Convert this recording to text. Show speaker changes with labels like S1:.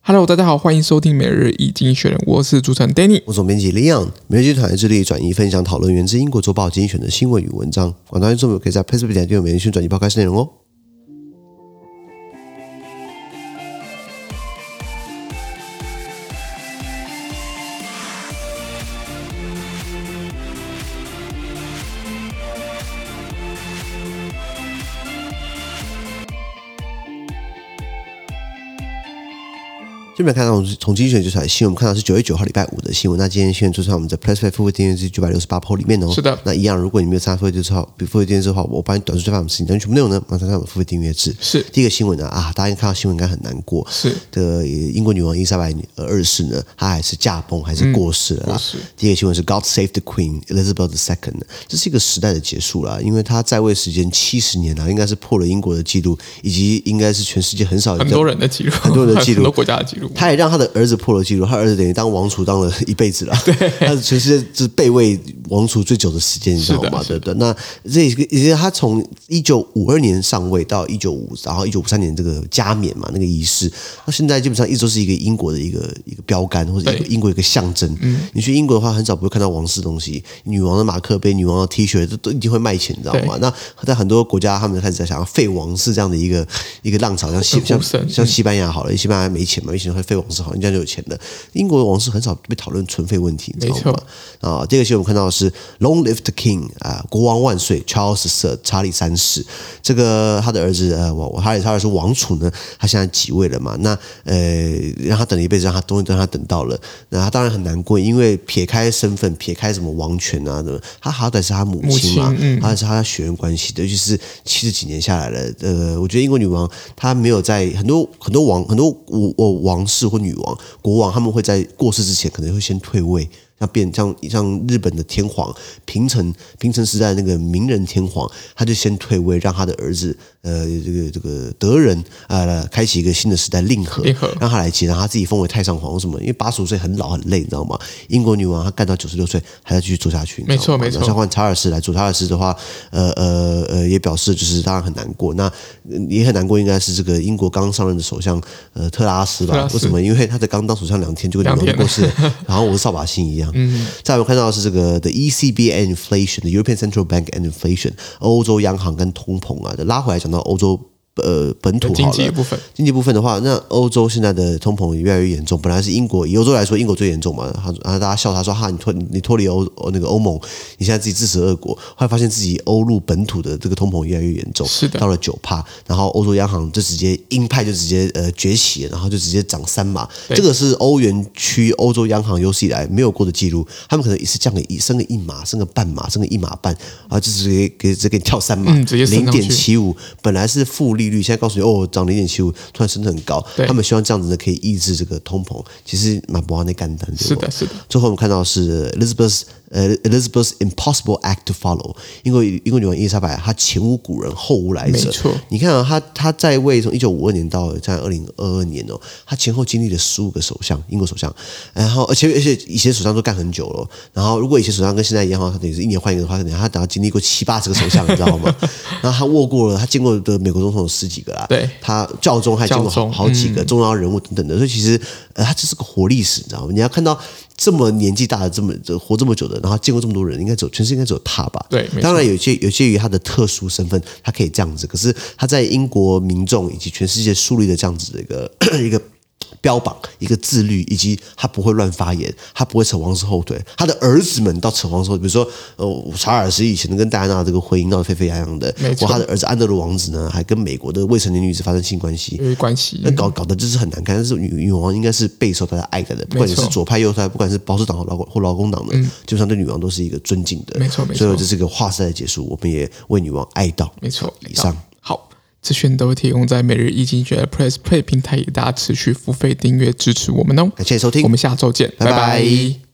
S1: Hello，大家好，欢迎收听每日易经选，我是主持人 Danny。
S2: 我总编辑 Leon，每日集团致力转移分享讨论源自英国《周报》精选的新闻与文章。广大听众朋友可以在 Facebook 点订阅每日新闻转移报开始内容哦。这边看到我们从精选集团新闻，我们看到是九月九号礼拜五的新闻。那今天新闻就在我们的 Plus Pay 付费订阅制九百六十八 p 里面哦。
S1: 是的
S2: 那一样，如果你没有参加付费订阅制的话，比付费订阅制的话，我帮你短时间把我们事情但全部内容呢，马上上我们付费订阅制。
S1: 是
S2: 第一个新闻呢啊，大家看到新闻应该很难过。
S1: 是
S2: 的，英国女王伊莎白呃二世呢，她还是驾崩还
S1: 嗯
S2: 是过世了啦。
S1: 过世
S2: 第一个新闻是 God Save the Queen Elizabeth II，这是一个时代的结束啦，因为她在位时间七十年啦，应该是破了英国的记录，以及应该是全世界很少有
S1: 很
S2: 这样
S1: 多人的记录，很
S2: 多人的记
S1: 很
S2: 录
S1: 多国家的记录。
S2: 他也让他的儿子破了纪录，他儿子等于当王储当了一辈子了，对， 他是全世界是备位王储最久的时间，你知道吗？对不对？那这个也是他从一九五二年上位到一九五，然后一九五三年这个加冕嘛，那个仪式，那现在基本上一直都是一个英国的一个一个标杆，或者一个
S1: 对
S2: 英国一个象征。你去英国的话，很少不会看到王室东西，女王的马克杯、女王的 T 恤，这都一定会卖钱，你知道吗？那在很多国家，他们开始在想要废王室这样的一个一个浪潮，像西像
S1: 呼声
S2: 像西班牙好了，西班牙没钱嘛，没钱会废王室好，人家就有钱的。英国的王室很少被讨论存废问题，你知
S1: 没
S2: 道吗
S1: 错？
S2: 啊，第二个新闻我们看到的是 “Long live the King” 啊，国王万岁，Charles III 查理三世。这个他的儿子呃，我查理查尔斯王储呢，他现在即位了嘛？那呃，让他等了一辈子，让他终于让他等到了。那他当然很难过，因为撇开身份，撇开什么王权啊什么，他好歹是他母亲嘛，
S1: 母亲嗯
S2: 他是他血缘关系的，尤其是七十几年下来了。呃，我觉得英国女王她没有在很多很多王很多我我王室或女王国王，他们会在过世之前可能会先退位。那变像像日本的天皇平成平成时代那个明仁天皇，他就先退位，让他的儿子呃这个这个德仁呃开启一个新的时代令和，
S1: 令和
S2: 让他来接，然后他自己封为太上皇为什么？因为八十五岁很老很累，你知道吗？英国女王她干到九十六岁还在继续做下去，你知道
S1: 没错
S2: 吗
S1: 没错
S2: 那像换查尔斯来做，查尔斯的话，呃呃呃，也表示就是当然很难过，那呃也很难过，应该是这个英国刚上任的首相呃特拉斯
S1: 特拉
S2: 吧？
S1: 斯
S2: 为什么？因为他才刚当首相两天就跟女
S1: 两
S2: 王
S1: 天
S2: 过世了，然后我是扫把星一样。嗯，再来我们看到的是这个 E 的 ECB and inflation，the European Central Bank and inflation，欧洲央行跟通膨啊，拉回来讲到欧洲。呃，本土
S1: 经
S2: 好
S1: 济
S2: 了，
S1: 部分
S2: 经济部分的话，那欧洲现在的通膨也越来越严重。本来是英国，以欧洲来说，英国最严重嘛。他然后大家笑他说：“哈，你脱你脱离欧欧那个欧盟，你现在自己自食恶果。”后来发现自己欧陆本土的这个通膨越来越严重，
S1: 是的
S2: 到了九帕。然后欧洲央行就直接鹰派就直接呃崛起，然后就直接涨三码。这个是欧元区欧洲央行有史以来没有过的记录。他们可能一次降个一升个一码，升个半码，升个一码半，啊，就直接给直接给你跳三码，
S1: 嗯直接升
S2: 零
S1: 上去
S2: 点七。七五，本来是负利率，现在告诉你哦，涨零点七五，突然升得很高
S1: 对。
S2: 他们希望这样子呢，可以抑制这个通膨，其实蛮不好的干单，
S1: 是
S2: 对吧
S1: 的，？是的，
S2: 最后我们看到的是 Elizabeth 呃 Elizabeth's impossible act to follow，英国英国女王伊丽莎白她前无古人后无来者，
S1: 没错
S2: 你看啊，她她在位从一九五二年到在二零二二年哦，她前后经历了十五个首相，英国首相，然后而且而且以前首相都干很久了，哦然后如果以前首相跟现在一样的话，她等于是一年换一个的话，可能她等下经历过七八十个首相，你知道吗？ 然后她握过了，她见过的美国总统有十几个啦，
S1: 对
S2: 她教宗还见过
S1: 教宗
S2: 好好几个重要人物等等的，所以其实呃，她这是个活历史，你知道吗？你要看到这么年纪大的这么这活这么久的，然后见过这么多人，应该走全世界应该走他吧？
S1: 对没错
S2: 当然有些有些于他的特殊身份，他可以这样子，可是他在英国民众以及全世界树立的这样子的一个 一个。标榜一个自律，以及他不会乱发言，他不会扯王室后腿。他的儿子们到扯王室后腿，比如说，呃，查尔斯以前跟戴安娜这个婚姻闹得沸沸扬扬的，
S1: 没错
S2: 或他的儿子安德鲁王子呢，还跟美国的未成年女子发生性关系，
S1: 有关系
S2: 那。哎搞搞得就是很难看。但是女女王应该是备受大家爱戴的，不管你是左派右派，不管是保守党和劳工或劳工党的，基本上对女王都是一个尊敬的。
S1: 嗯没错没错
S2: 所以这是一个划时代的结束，我们也为女王哀悼。
S1: 没错，
S2: 以上
S1: 好，资讯都会提供在每日易经学的 Press Play 平台，也大家持续付费订阅支持我们哦。
S2: 哎感谢收听
S1: 我，们下周见，
S2: 拜
S1: 拜
S2: 拜
S1: 拜